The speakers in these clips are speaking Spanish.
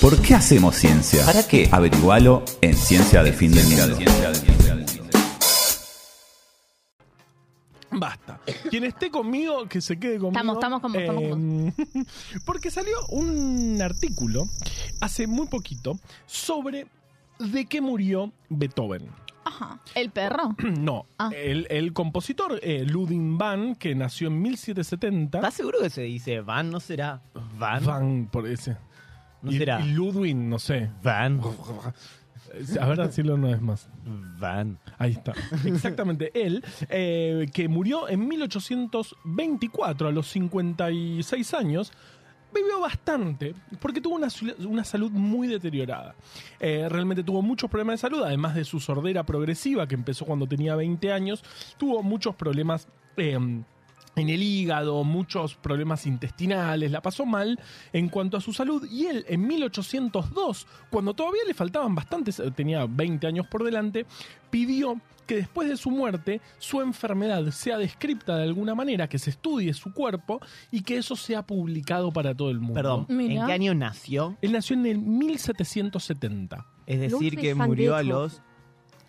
¿Por qué hacemos ciencia? ¿Para qué? Averigualo en Ciencia del Fin del Mundo. Basta. Quien esté conmigo, que se quede conmigo. Eh, Estamos, estamos como- estamos Porque salió un artículo hace muy poquito sobre de qué murió Beethoven. Ajá. El perro. No, Ah. el, el compositor eh, Ludwig van, que nació en 1770. ¿Estás seguro que se dice van? ¿No será van? Van, por ese. ¿No y, será y Ludwig, no sé. van? A ver, decirlo una vez más. Van. Ahí está. Exactamente. Él, eh, que murió en 1824, a los 56 años, vivió bastante porque tuvo una, su- una salud muy deteriorada. Eh, realmente tuvo muchos problemas de salud, además de su sordera progresiva, que empezó cuando tenía 20 años, tuvo muchos problemas. eh, en el hígado, muchos problemas intestinales, la pasó mal en cuanto a su salud y él en 1802, cuando todavía le faltaban bastantes, eh, tenía 20 años por delante, pidió que después de su muerte su enfermedad sea descripta de alguna manera, que se estudie su cuerpo y que eso sea publicado para todo el mundo. Perdón, Mira. ¿en qué año nació? Él nació en el 1770. Es decir, Ludwig que van murió a Beethoven. los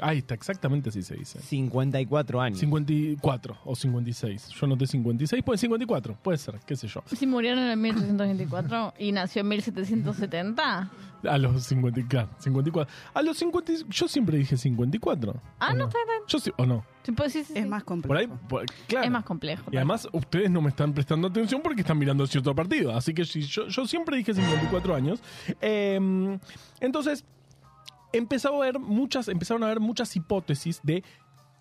Ahí está, exactamente así se dice. Mm. 54 años. 54 o 56. Yo noté 56, pues 54, puede ser, qué sé yo. Si murieron en el 1824 y nació en 1770. A los 50, claro, 54. A los 50, yo siempre dije 54. Ah, ¿o no, está bien. Yo sí, o no. Sí, pues, sí, sí, Es sí. más complejo. Por ahí, por- claro. Es más complejo. Y además, ustedes no me están prestando atención porque están mirando cierto partido. Así que sí, yo, yo siempre dije 54 años. Eh, entonces, empezó a ver muchas, empezaron a haber muchas hipótesis de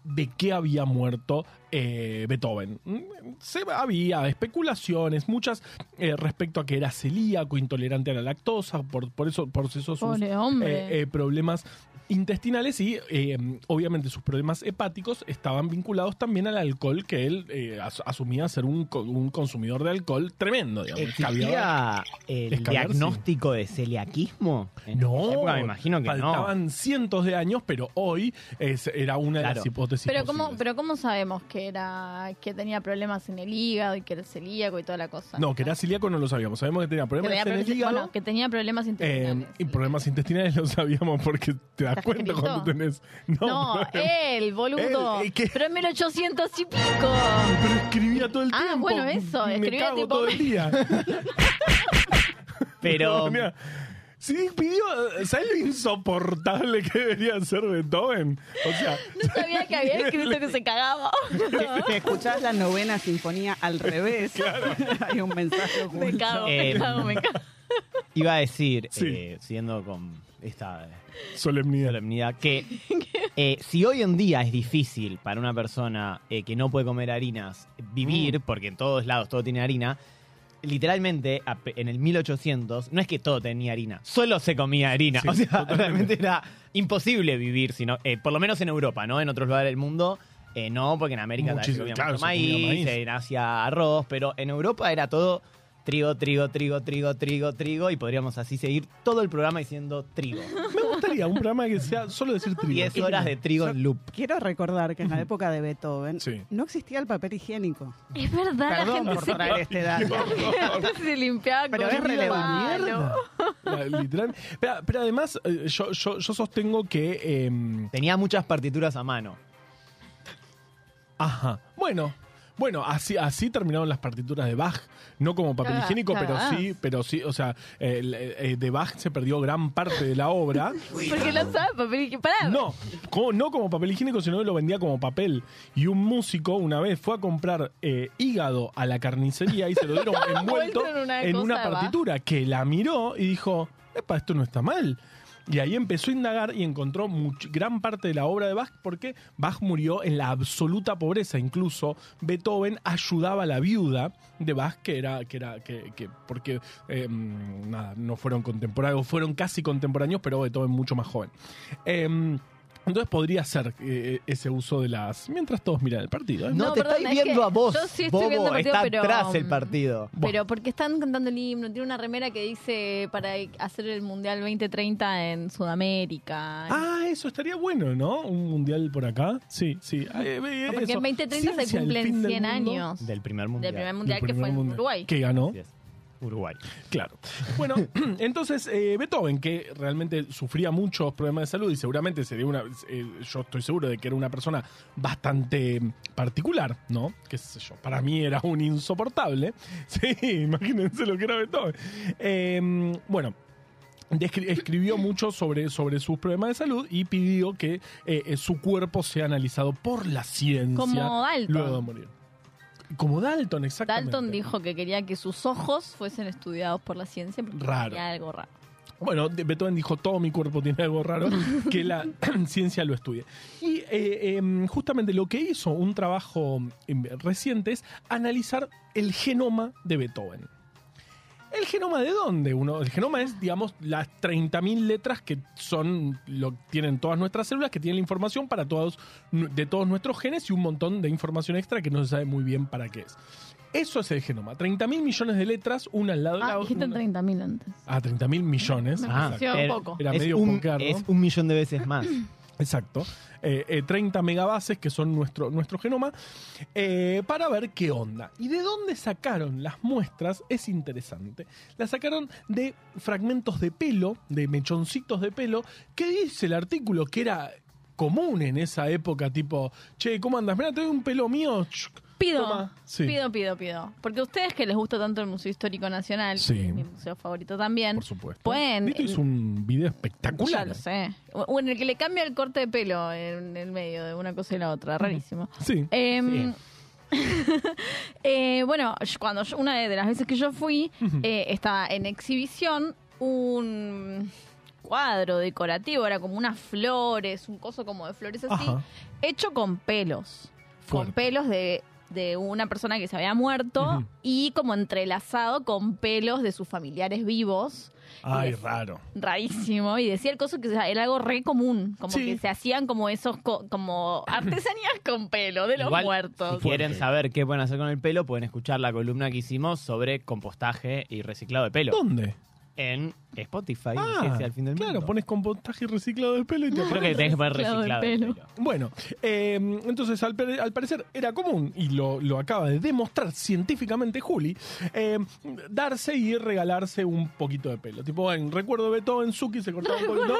de qué había muerto eh, Beethoven. Mm, Se, había especulaciones, muchas eh, respecto a que era celíaco, intolerante a la lactosa, por, por eso, por esos Pobre hombre. eh, eh, problemas intestinales y eh, obviamente sus problemas hepáticos estaban vinculados también al alcohol que él eh, as- asumía ser un, co- un consumidor de alcohol tremendo, digamos. Escabiaba- ¿Existía el Escabiar, sí. diagnóstico de celiaquismo? En No, esa época Eh, me imagino que faltaban cientos de años, pero hoy es- era una de las Claro. hipótesis. pero cómo, posibles. pero cómo sabemos que era que tenía problemas en el hígado y que era celíaco y toda la cosa. No, que era celíaco no lo sabíamos, sabemos que tenía Que problemas tenía en el problemas- hígado. bueno, que tenía problemas eh, intestinales. y problemas intestinales lo sabíamos porque te das ¿Está cuenta escrito? cuando tenés. No, pero- él, boludo. Él, ¿y qué? Pero en 1800 y pico. Pero escribía todo el Ah, tiempo. bueno, eso, Me escribía cago tipo- todo el día. no. Pero Mira, sí, pidió. eh, ¿Sabes lo insoportable que debería ser Beethoven? O sea, No sabía que había escrito que se cagaba. Si escuchás la novena sinfonía al revés, hay un mensaje Me oculto. cago, Eh, me cago, me cago. iba a decir, Sí. eh, siguiendo con esta eh, solemnidad. solemnidad, que eh, si hoy en día es difícil para una persona eh, que no puede comer harinas Mm. vivir, porque en todos lados todo tiene harina, literalmente a pe- en el 1800 no es que todo tenía harina, solo se comía harina. Sí, o sea, totalmente. realmente era imposible vivir, sino, eh, por lo menos en Europa, ¿no? En otros lugares del mundo. eh, no, porque en América también se Muchísimo, comía claro, mucho se comía maíz, maíz. en Asia arroz, pero en Europa era todo trigo, trigo, trigo, trigo, trigo, trigo, y podríamos así seguir todo el programa diciendo trigo. Me gustaría un programa que sea solo decir trigo. 10 horas de trigo en loop. Quiero recordar que en la época de Beethoven Sí. no existía el papel higiénico. Es verdad, Perdón Ah, la por gente traer este dato. se, la gente se limpiaba Pero con es un relevante. palo. La- literal. Pero, pero además, eh, yo, yo, yo sostengo que. eh, Tenía muchas partituras a mano. ajá. Bueno. Bueno, así, así terminaron las partituras de Bach, no como papel Cagá, higiénico, pero cagás. sí, pero sí, o sea, el- eh, de Bach se perdió gran parte de la obra. Porque no sabe papel higiénico. Pará. No, como- no como papel higiénico, sino que lo vendía como papel. Y un músico una vez fue a comprar eh, hígado a la carnicería y se lo dieron envuelto envuelto en una en una cosa, va. partitura que la miró y dijo, epa, esto no está mal. Y ahí empezó a indagar y encontró much- gran parte de la obra de Bach porque Bach murió en la absoluta pobreza. Incluso Beethoven ayudaba a la viuda de Bach, que era, que era, que, que- porque eh, nada, no fueron contemporáneos, fueron casi contemporáneos, pero Beethoven mucho más joven. Em, entonces podría ser eh, ese uso de las. Mientras todos miran el partido. ¿eh? No, No, te perdón, estáis es viendo que a vos. yo sí estoy Bobo, viendo el partido, está pero, atrás um, el partido. Pero porque están cantando el himno, tiene una remera que dice para hacer el Mundial 2030 en Sudamérica. Ah, eso estaría bueno, ¿no? Un mundial por acá. Sí, sí. Ah, eh, eh, No, porque eso. en 2030 se Ciencia, el fin cumplen del 100 mundo. años Del primer del mundial. primer Del mundial que primer fue en mundial. Uruguay. Que ganó. Así es. Uruguay. Claro. Bueno, entonces eh, Beethoven, que realmente sufría muchos problemas de salud y seguramente sería una. eh, yo estoy seguro de que era una persona bastante mm, particular, ¿no? Qué sé yo. Para mí era un insoportable. Sí, imagínense lo que era Beethoven. Eh, bueno, Descri- escribió mucho sobre, sobre sus problemas de salud y pidió que eh, eh, su cuerpo sea analizado por la ciencia. Como Dalton. Luego de morir. Como Dalton, exactamente. Dalton dijo que quería que sus ojos fuesen estudiados por la ciencia porque Raro. tenía algo raro. Bueno, de- Beethoven dijo, todo mi cuerpo tiene algo raro, que la ciencia lo estudie. Y eh, em, justamente lo que hizo un trabajo em, reciente es analizar el genoma de Beethoven. ¿El genoma de dónde? Uno, el genoma es, digamos, las 30.000 letras que son lo tienen todas nuestras células, que tienen la información para todos, nu- de todos nuestros genes y un montón de información extra que no se sabe muy bien para qué es. Eso es el genoma. 30.000 millones de letras, una al lado de Ah, la dijiste una- 30.000 antes. Ah, 30 mil millones. Me Ah, pareció pero- poco. Era es, medio un, Poncardo. es un millón de veces más. Exacto. Eh, eh, 30 megabases, que son nuestro, nuestro genoma, eh, para ver qué onda. ¿Y de dónde sacaron las muestras? Es interesante. Las sacaron de fragmentos de pelo, de mechoncitos de pelo, que dice el artículo que era común en esa época, tipo, che, ¿cómo andas? Mira, te doy un pelo mío. Chuc. Pido, Toma. Sí. pido, pido, pido. Porque ustedes que les gusta tanto el Museo Histórico Nacional, Sí. que es mi museo favorito también, Por supuesto. Pueden- eh, Vito hizo un video ya espectacular. lo sé. ¿eh? O o en el que le cambia el corte de pelo en el medio de una cosa y la otra, rarísimo. Sí. Em, eh, bueno, yo- cuando yo- una de las veces que yo fui, eh, estaba en exhibición un cuadro decorativo, era como unas flores, un coso como de flores así, Ajá. hecho con pelos. Fuerte. Con pelos de, de una persona que se había muerto Ujú. y como entrelazado con pelos de sus familiares vivos. Ay, raro. Rarísimo. Y decía el coso que era algo re común. Como Sí. que se hacían como esos, co- como artesanías con pelo de los Igual, muertos. Si quieren saber qué pueden hacer con el pelo, pueden escuchar la columna que hicimos sobre compostaje y reciclado de pelo ¿Dónde? en Spotify. Ah, Ciencia al fin del claro, mundo. pones compostaje y reciclado de pelo y te Creo que tenés que poner Reciclado de reciclado de pelo. pelo. Bueno, eh, entonces al, pare- al parecer era común, y lo, lo acaba de demostrar científicamente Juli, eh, darse y regalarse un poquito de pelo. Tipo, en recuerdo de Beethoven, Suki se cortaba un poquito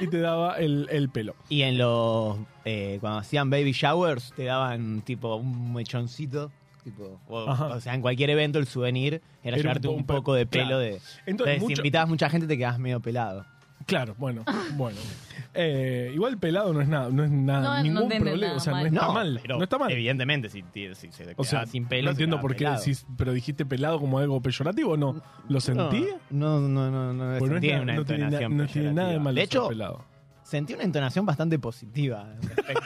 y te daba el, el pelo. Y en los. eh, cuando hacían baby showers, te daban tipo un mechoncito. Tipo, o, Ajá. o sea, en cualquier evento, el souvenir era, Era un llevarte un, po- un poco de pelo. claro. de Entonces, entonces, si mucho- invitabas mucha gente, te quedabas medio pelado. Claro, bueno, Ah. bueno. Eh, igual pelado no es nada, no es nada, No, no ningún tiene problema, nada o sea, no mal. está No, mal, pero no está mal. Evidentemente, si, ti- si se te O sea, quedaba sin pelo. no se entiendo quedaba por qué pelado. decís, pero dijiste pelado como algo peyorativo, ¿no? ¿Lo sentí? No, no, no, no. no, Porque no es sentí nada- una no tiene, na- entonación no tiene nada de peyorativa. malo De ser hecho, pelado. sentí una entonación bastante positiva. al respecto.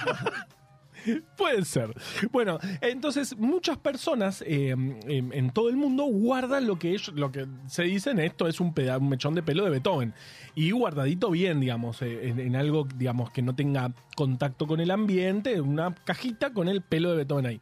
Puede ser. Bueno, entonces muchas personas eh, en, en todo el mundo guardan lo que ellos, lo que se dicen, esto es un, peda- un mechón de pelo de Beethoven. Y guardadito bien, digamos, eh, en, en algo, digamos, que no tenga contacto con el ambiente, una cajita con el pelo de Beethoven ahí.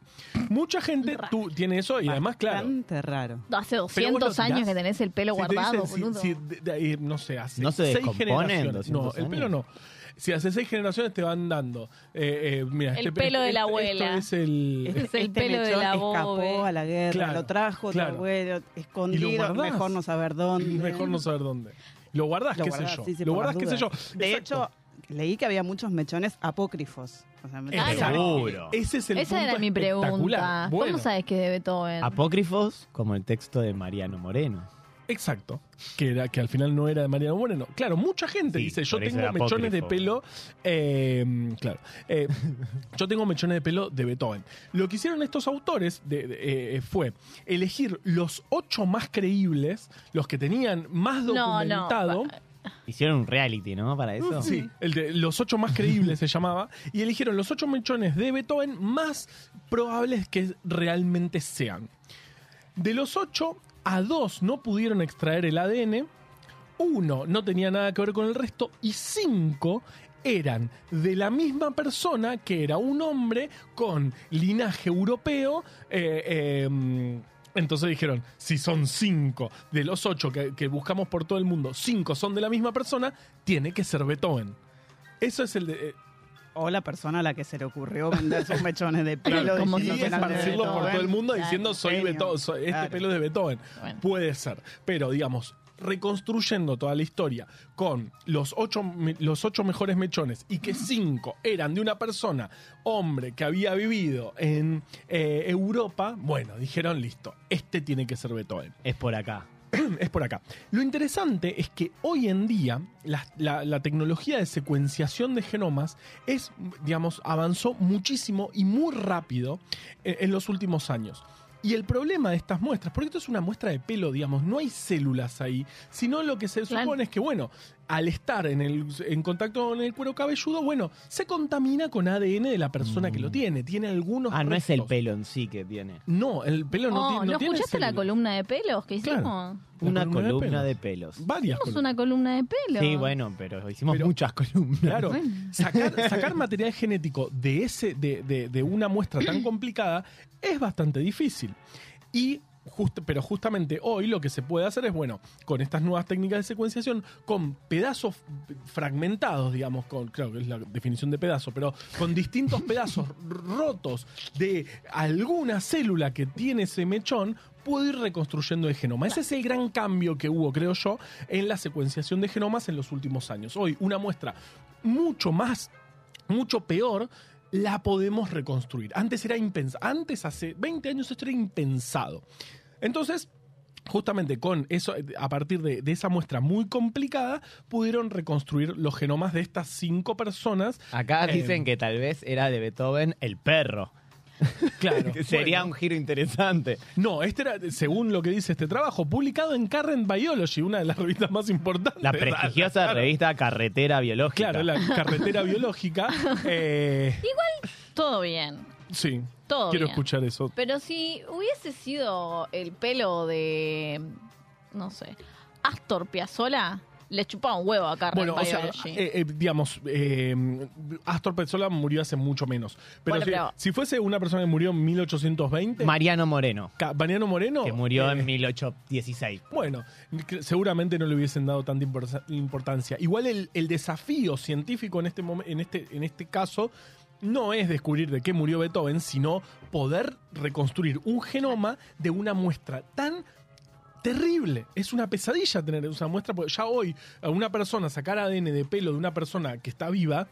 Mucha gente tú, tiene eso y además, claro. Bastante raro. Hace Pero vos lo 200 tirás. años que tenés el pelo Si te guardado, dicen si- boludo. si de- de- eh, no sé, hace ¿No se seis descompone en generaciones. 200 no, el pelo no. años? Si hace seis generaciones te van dando. Eh, eh, mira, El este- pelo este- de la esto abuela. es el, Este Es el pelo de mechón la escapó bobe. a la guerra, Claro, lo trajo claro. tu abuelo, Y lo escondido, guardás. mejor no saber dónde. Mejor no saber dónde. Lo guardás, Lo qué guardás, sé yo. sí, sí, lo por las guardás, qué sé yo. dudas. De Exacto. hecho, leí que había muchos mechones apócrifos. O sea, mechones Claro. Seguro. ese es el Esa punto era mi espectacular. pregunta. Bueno, ¿Cómo sabes que es de Beethoven? Apócrifos, como el texto de Mariano Moreno. Exacto. Que, era, que al final no era de Mariano Moreno. Claro, mucha gente Sí, dice, yo por eso tengo era mechones de apócrifo". pelo. eh, claro. eh, yo tengo mechones de pelo de Beethoven. Lo que hicieron estos autores de- de- eh, fue elegir los ocho más creíbles, los que tenían más No, no, documentado. pa- Hicieron un reality, ¿no? Para eso. Sí, el de los ocho más creíbles se llamaba. Y eligieron los ocho mechones de Beethoven más probables que realmente sean. De los ocho, a dos no pudieron extraer el ADN, uno no tenía nada que ver con el resto y cinco eran de la misma persona que era un hombre con linaje europeo. eh, eh, entonces dijeron, si son cinco de los ocho que, que buscamos por todo el mundo, cinco son de la misma persona, tiene que ser Beethoven. Eso es el de... eh, o la persona a la que se le ocurrió vender sus mechones de pelo. Claro, como diciendo y si que eran de esparcirlo por Beethoven. todo el mundo Claro, diciendo soy genio. Beethoven, soy- este Claro. pelo es de Beethoven. Bueno. Puede ser, pero digamos, reconstruyendo toda la historia con los ocho, me- los ocho mejores mechones y que cinco eran de una persona, hombre, que había vivido en eh, Europa, bueno, dijeron listo, este tiene que ser Beethoven Es por acá. es por acá. Lo interesante es que hoy en día la, la- la tecnología de secuenciación de genomas es, digamos, avanzó muchísimo y muy rápido eh, en, los últimos años. Y el problema de estas muestras, porque esto es una muestra de pelo, digamos, no hay células ahí, sino lo que se Claro. supone es que, bueno, al estar en, el, en contacto con el cuero cabelludo, bueno, se contamina con ADN de la persona que lo tiene, tiene algunos... Mm. Ah, no es el restos. pelo en sí que tiene. No, el pelo no, Oh, tiene... ¿No, no tiene escuchaste la células. columna de pelos que hicimos? Claro. La Una columna de pelos. pelos. Varias Hicimos columnas. una columna de pelos. Sí, bueno, pero hicimos Pero- muchas columnas. Claro, sacar, sacar material genético de, ese, de, de- de una muestra tan complicada es bastante difícil. Y just- pero justamente hoy lo que se puede hacer es, bueno, con estas nuevas técnicas de secuenciación, con pedazos f- fragmentados, digamos, con, claro que es la definición de pedazo, pero con distintos pedazos rotos de alguna célula que tiene ese mechón, puedo ir reconstruyendo el genoma. Ese es el gran cambio que hubo, creo yo, en la secuenciación de genomas en los últimos años. Hoy, una muestra mucho más, mucho peor, la podemos reconstruir. Antes era impensado. Antes, hace 20 años, esto era impensado. Entonces. Justamente con eso, a partir de, de esa muestra muy complicada, pudieron reconstruir los genomas de estas cinco personas. Acá Eh, dicen que tal vez era de Beethoven el perro. Claro. Que Sería un giro interesante. No, este era, según lo que dice este trabajo, publicado en Current Biology, una de las revistas más importantes. La prestigiosa revista Carretera Biológica. Claro, la carretera biológica. Eh, Todo bien. sí. Todo Quiero bien. escuchar eso. Pero si hubiese sido el pelo de. No sé. Astor Piazzolla, le chupaba un huevo a Carmen Bueno, o sea, Biology. eh, eh, digamos, eh, Astor Piazzolla murió hace mucho menos. Pero, Bueno, si, pero- si fuese una persona que murió en 1820, Mariano Moreno, Ca- Mariano Moreno, que murió eh, en 1816. Bueno, cre- seguramente no le hubiesen dado tanta impor- importancia. Igual el, el desafío científico en este, momen- en, este, en este caso no es descubrir de qué murió Beethoven, sino poder reconstruir un genoma de una muestra tan terrible. Es una pesadilla tener esa muestra, porque ya hoy a una persona sacar ADN de pelo de una persona que está viva.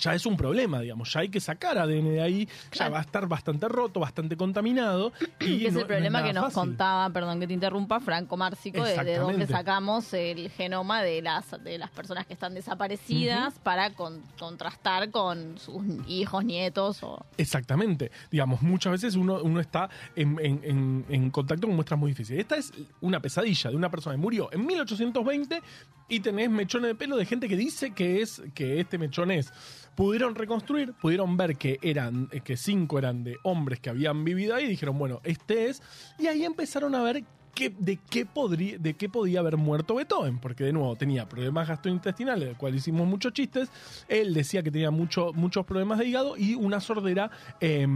Ya es un problema, digamos, ya hay que sacar ADN de ahí, ya Claro. va a estar bastante roto, bastante contaminado. Y que es no- no el problema nada que nos fácil. contaba, perdón que te interrumpa, Franco Márcico, de, de dónde Exactamente. sacamos el genoma de las, de las personas que están desaparecidas para con- contrastar con sus hijos, nietos o... Exactamente. Digamos, muchas veces uno, uno está en, en- en- en contacto con muestras muy difíciles. Esta es una pesadilla de una persona que murió en 1820 y tenés mechones de pelo de gente que dice que es que este mechón es. Pudieron reconstruir, pudieron ver que eran, eh, que cinco eran de hombres que habían vivido ahí y dijeron, bueno, este es. Y ahí empezaron a ver qué- de, qué podría, de qué podía haber muerto Beethoven, porque de nuevo tenía problemas gastrointestinales, del cual hicimos muchos chistes, él decía que tenía mucho- muchos problemas de hígado y una sordera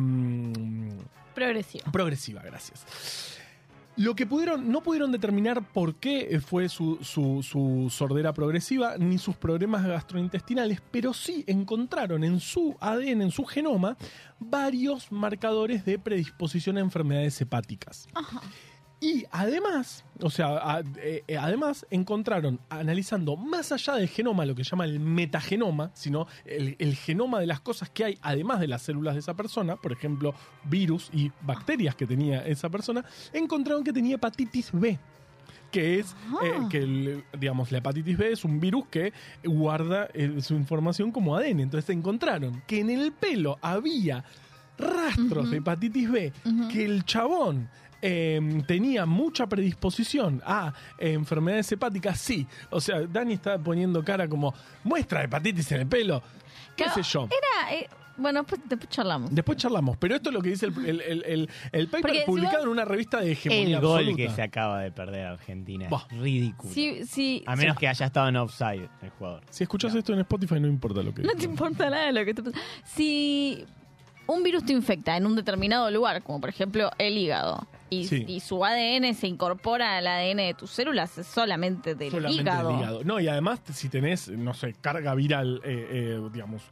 em, Progresivo. progresiva, gracias. Lo que pudieron, no pudieron determinar por qué fue su, su- su sordera progresiva ni sus problemas gastrointestinales, pero sí encontraron en su ADN, en su genoma, varios marcadores de predisposición a enfermedades hepáticas. Y además, o sea, a- eh, eh, además encontraron, analizando más allá del genoma, lo que llama el metagenoma, sino el, el genoma de las cosas que hay además de las células de esa persona, por ejemplo, virus y bacterias que tenía esa persona, encontraron que tenía hepatitis B. Que es, eh, Ah. que el, digamos, la hepatitis B es un virus que guarda eh, su información como ADN. Entonces encontraron que en el pelo había rastros de hepatitis B, que el chabón eh, tenía mucha predisposición a eh, enfermedades hepáticas, sí. O sea, Dani está poniendo cara como, muestra hepatitis en el pelo, qué Claro, sé yo. Era, eh, bueno, después, después charlamos. Después charlamos, pero esto es lo que dice el, el- el- el- el paper Porque si publicado vos- en una revista de hegemonía El gol absoluta. que se acaba de perder Argentina. Bah. Es ridículo. Sí, sí, A menos que haya estado en offside el jugador. Si escuchas esto en Spotify no importa lo que No te diga. importa nada de lo que te pasa. Si un virus te infecta en un determinado lugar, como por ejemplo el hígado, y, Sí. y su ADN se incorpora al ADN de tus células, es solamente del Solamente el hígado. hígado. No, y además si tenés, no sé, carga viral, eh, eh, digamos,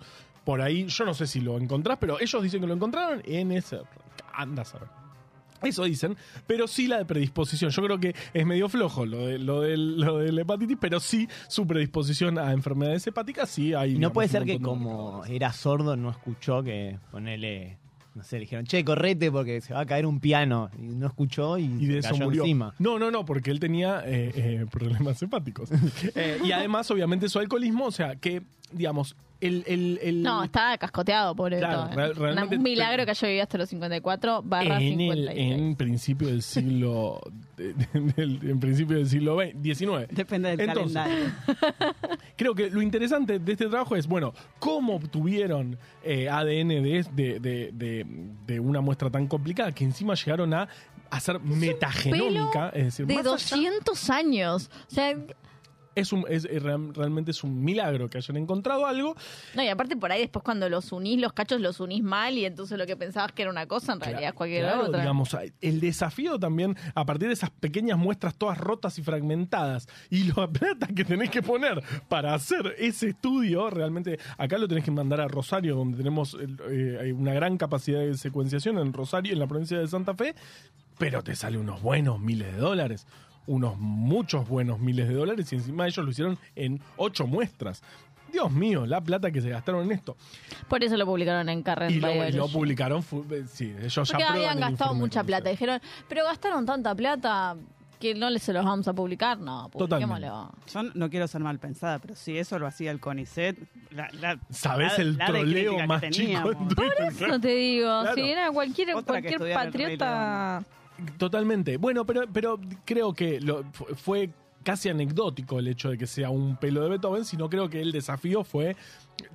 Por ahí, yo no sé si lo encontrás, pero ellos dicen que lo encontraron en ese. Anda a saber. Eso dicen, pero sí la de predisposición. Yo creo que es medio flojo lo de, lo del, lo de la hepatitis, pero sí su predisposición a enfermedades hepáticas, sí hay. Y no digamos, puede un ser que montón de como era sordo no escuchó que ponele, no sé, le dijeron, che, correte porque se va a caer un piano. Y no escuchó y, y de se eso cayó murió. encima. No, no, no, porque él tenía eh, eh, problemas hepáticos. Eh, y además, obviamente, su alcoholismo, o sea, que, digamos, el... el, el- No, estaba cascoteado, pobre. Claro, todo. real- realmente- un milagro que haya vivido hasta los 54 barra en, el, 56. en principio del siglo de- de- del- en principio del siglo ve- XIX Depende del Entonces, calendario. creo que lo interesante de este trabajo es bueno cómo obtuvieron eh, ADN de, de, de- de- de una muestra tan complicada que encima llegaron a hacer metagenómica es decir De más allá- 200 años. O sea, no, es un es- es real- realmente es un milagro que hayan encontrado algo y aparte por ahí después cuando los unís, los cachos los unís mal y entonces lo que pensabas que era una cosa en realidad es Cla- cualquier claro, otra. digamos, el desafío también, a partir de esas pequeñas muestras todas rotas y fragmentadas, y la plata que tenés que poner para hacer ese estudio, realmente acá lo tenés que mandar a Rosario, donde tenemos eh, eh, una gran capacidad de secuenciación en Rosario, en la provincia de Santa Fe, pero te sale unos buenos miles de dólares. Unos muchos buenos miles de dólares y encima ellos lo hicieron en ocho muestras. Dios mío, la plata que se gastaron en esto. Por eso lo publicaron en Carrera. Y lo, y lo publicaron, fu- eh, sí, ellos ya Porque prueban habían el gastado informe mucha comercial. plata. Dijeron, pero gastaron tanta plata que no les se los vamos a publicar. No, Totalmente. publiquémoslo. Yo no quiero ser mal pensada, pero si eso lo hacía el CONICET, la, la- ¿Sabés la- el la de crítica troleo que más chico? teníamos. en Twitter? No te digo, Claro. si era cualquier, Otra que cualquier estudiara el Rey patriota... Totalmente. Bueno, pero, pero creo que lo- fu- fue casi anecdótico el hecho de que sea un pelo de Beethoven, sino creo que el desafío fue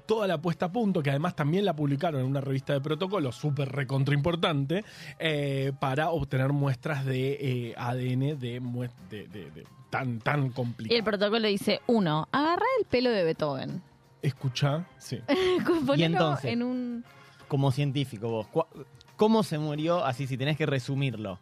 toda la puesta a punto, que además también la publicaron en una revista de protocolo súper recontra importante, eh, para obtener muestras de eh, ADN de, mues- de- de- de- tan, tan Y el complicado. protocolo dice, uno, agarrá el pelo de Beethoven. Escuchá, sí. Ponelo entonces? en un... Como científico vos, cua- ¿cómo se murió? Así, si tenés que resumirlo.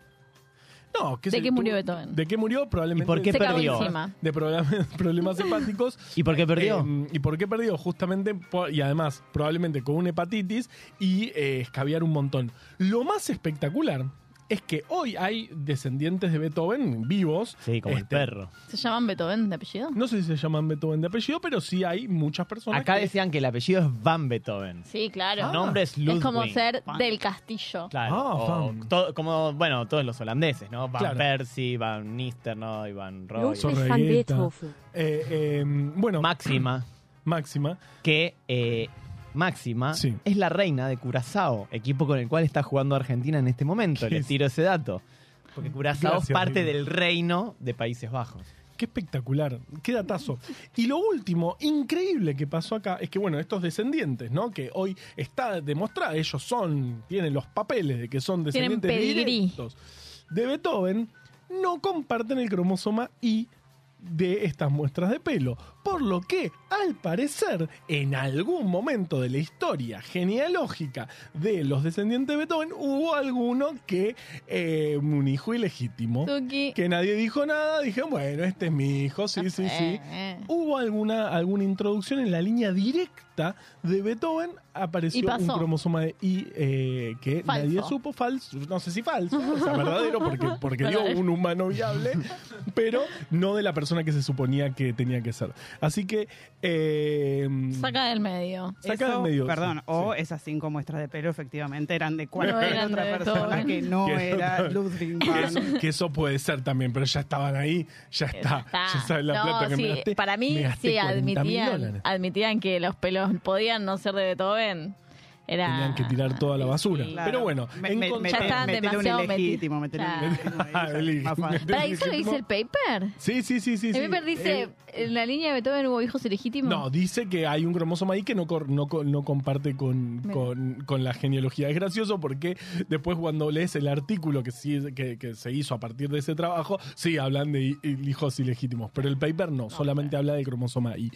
No, ¿De sé, qué tú- murió Beethoven? ¿De qué murió? Probablemente. ¿Y por qué Se cagó perdió? encima. De problemas, problemas hepáticos. ¿Y por qué perdió? Eh, ¿Y por qué perdió? Justamente, por- y además, probablemente con una hepatitis y eh, escabiar un montón. Lo más espectacular es que hoy hay descendientes de Beethoven vivos. sí, como el Este, perro. ¿Se llaman Beethoven de apellido? No sé si se llaman Beethoven de apellido, pero sí hay muchas personas. Acá que- decían que el apellido es Van Beethoven. Sí, claro. El nombre es Ludwig. es como ser Pan. del castillo. Claro. Ah, o Van. to- como, bueno, todos los holandeses, ¿no? Van Claro. Persie, Van Nistelrooy, Van Roy, Uso regueta. Eh, eh, bueno, Máxima. Máxima. que eh, Máxima Sí. es la reina de Curazao, equipo con el cual está jugando Argentina en este momento. ¿Qué Les es? tiro ese dato. Porque Curazao es Gracias, parte Rina. del reino de Países Bajos. Qué espectacular, qué datazo. Y lo último, increíble que pasó acá, es que, bueno, estos descendientes, ¿no? Que hoy está demostrado, ellos son, tienen los papeles de que son Tienen descendientes pedigrí. directos de Beethoven, no comparten el cromosoma Y de estas muestras de pelo. Por lo que, al parecer, en algún momento de la historia genealógica de los descendientes de Beethoven, hubo alguno que, eh, un hijo ilegítimo Tuki. que nadie dijo nada, dije, bueno, este es mi hijo, sí, sí, sí. Eh, eh. Hubo alguna, alguna introducción en la línea directa de Beethoven, apareció Y pasó. un cromosoma de I eh, que Falso. nadie supo, falso, no sé si falso, o sea, verdadero, porque, porque dio Verdadero. un humano viable, pero no de la persona que se suponía que tenía que ser. Así que... eh, Saca del medio. saca eso, del medio, Perdón, sí, o sí. esas cinco muestras de pelo efectivamente eran de cualquier eran otra de persona Beethoven. que no Que no- era Ludwig Que van. eso, que eso puede ser también, pero ya estaban ahí, ya está. Está. Ya sabes la No, plata que sí, me gasté. Para me mí, gasté sí, 40.000 admitían, dólares. admitían que los pelos podían no ser de Beethoven. Era... Tenían que tirar toda la basura. Sí. Pero bueno, me, me, encont- me- Ya estaban metele un demasiado ilegítimo, meti- metele un Claro. ilegítimo ahí, ya El es más fácil. ilegítimo. ¿Para eso lo dice el paper? Sí, sí, sí, sí. sí. El paper dice, Eh, en la línea de Beethoven hubo hijos ilegítimos. no, dice que hay un cromosoma ahí que no, cor- no, co- no comparte con, Mira. con, con la genealogía. Es gracioso porque después cuando lees el artículo que, sí, que, que se hizo a partir de ese trabajo, sí, hablan de hi- hijos ilegítimos, pero el paper no, solamente habla del cromosoma I.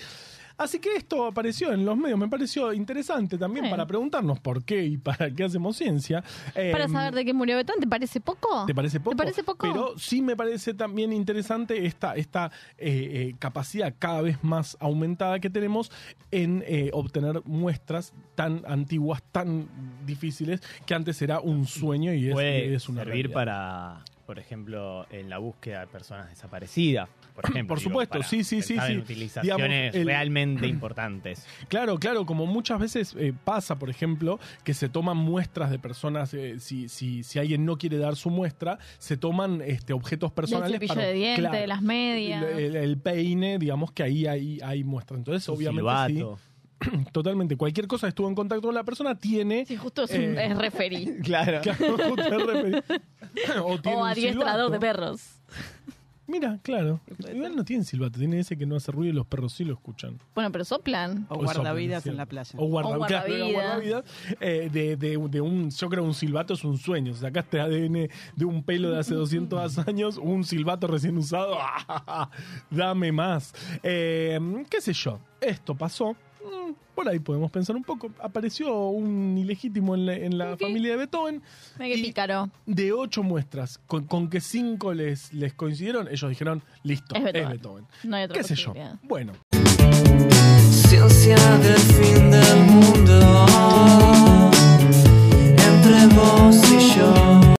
Así que esto apareció en los medios, me pareció interesante también Bien. para preguntarnos por qué y para qué hacemos ciencia. Para Em, saber de qué murió Betón, ¿te parece poco? ¿Te parece poco? ¿Te parece poco? Pero sí me parece también interesante esta, esta eh, eh, capacidad cada vez más aumentada que tenemos en eh, obtener muestras tan antiguas, tan difíciles, que antes era un sueño y es, Puede es una servir realidad. para, por ejemplo, en la búsqueda de personas desaparecidas. Por, ejemplo, Por digo, supuesto, para sí, sí, sí, pensar en sí. utilizaciones Digamos, el- realmente importantes. Claro, claro, como muchas veces eh, pasa, por ejemplo, que se toman muestras de personas, eh, si, si, si alguien no quiere dar su muestra, se toman este, objetos personales. Del cepillo para- de dientes, claro, Eh, de las medias. El, el- el peine, digamos que ahí hay, hay muestras. Entonces, Un obviamente, silbato. sí, totalmente. Cualquier cosa que estuvo en contacto con la persona tiene. Sí, justo es, un, Eh, es referí. Claro. Claro, te referí- o tiene O un adiestrador de silbato. perros. Mira, claro. puede Igual no tiene silbato, tiene ese que no hace ruido y los perros sí lo escuchan. Bueno, pero soplan. O Pues son guardavidas en cierto. la playa. O guarda- O claro, era guardavidas. guardavidas, eh, de, de- de un, yo creo un silbato es un sueño. Sacaste ADN de un pelo de hace 200 años, un silbato recién usado. ¡ah! Dame más. Eh, ¿Qué sé yo? Esto pasó. Mm, Por ahí podemos pensar un poco. Apareció un ilegítimo en la, en la familia de Beethoven. Mira qué Ah, Y- pícaro. De ocho muestras, con, con que cinco les, les coincidieron, ellos dijeron, listo, Es Beethoven. Es Beethoven. No hay otra ¿Qué sé yo? posibilidad. Bueno,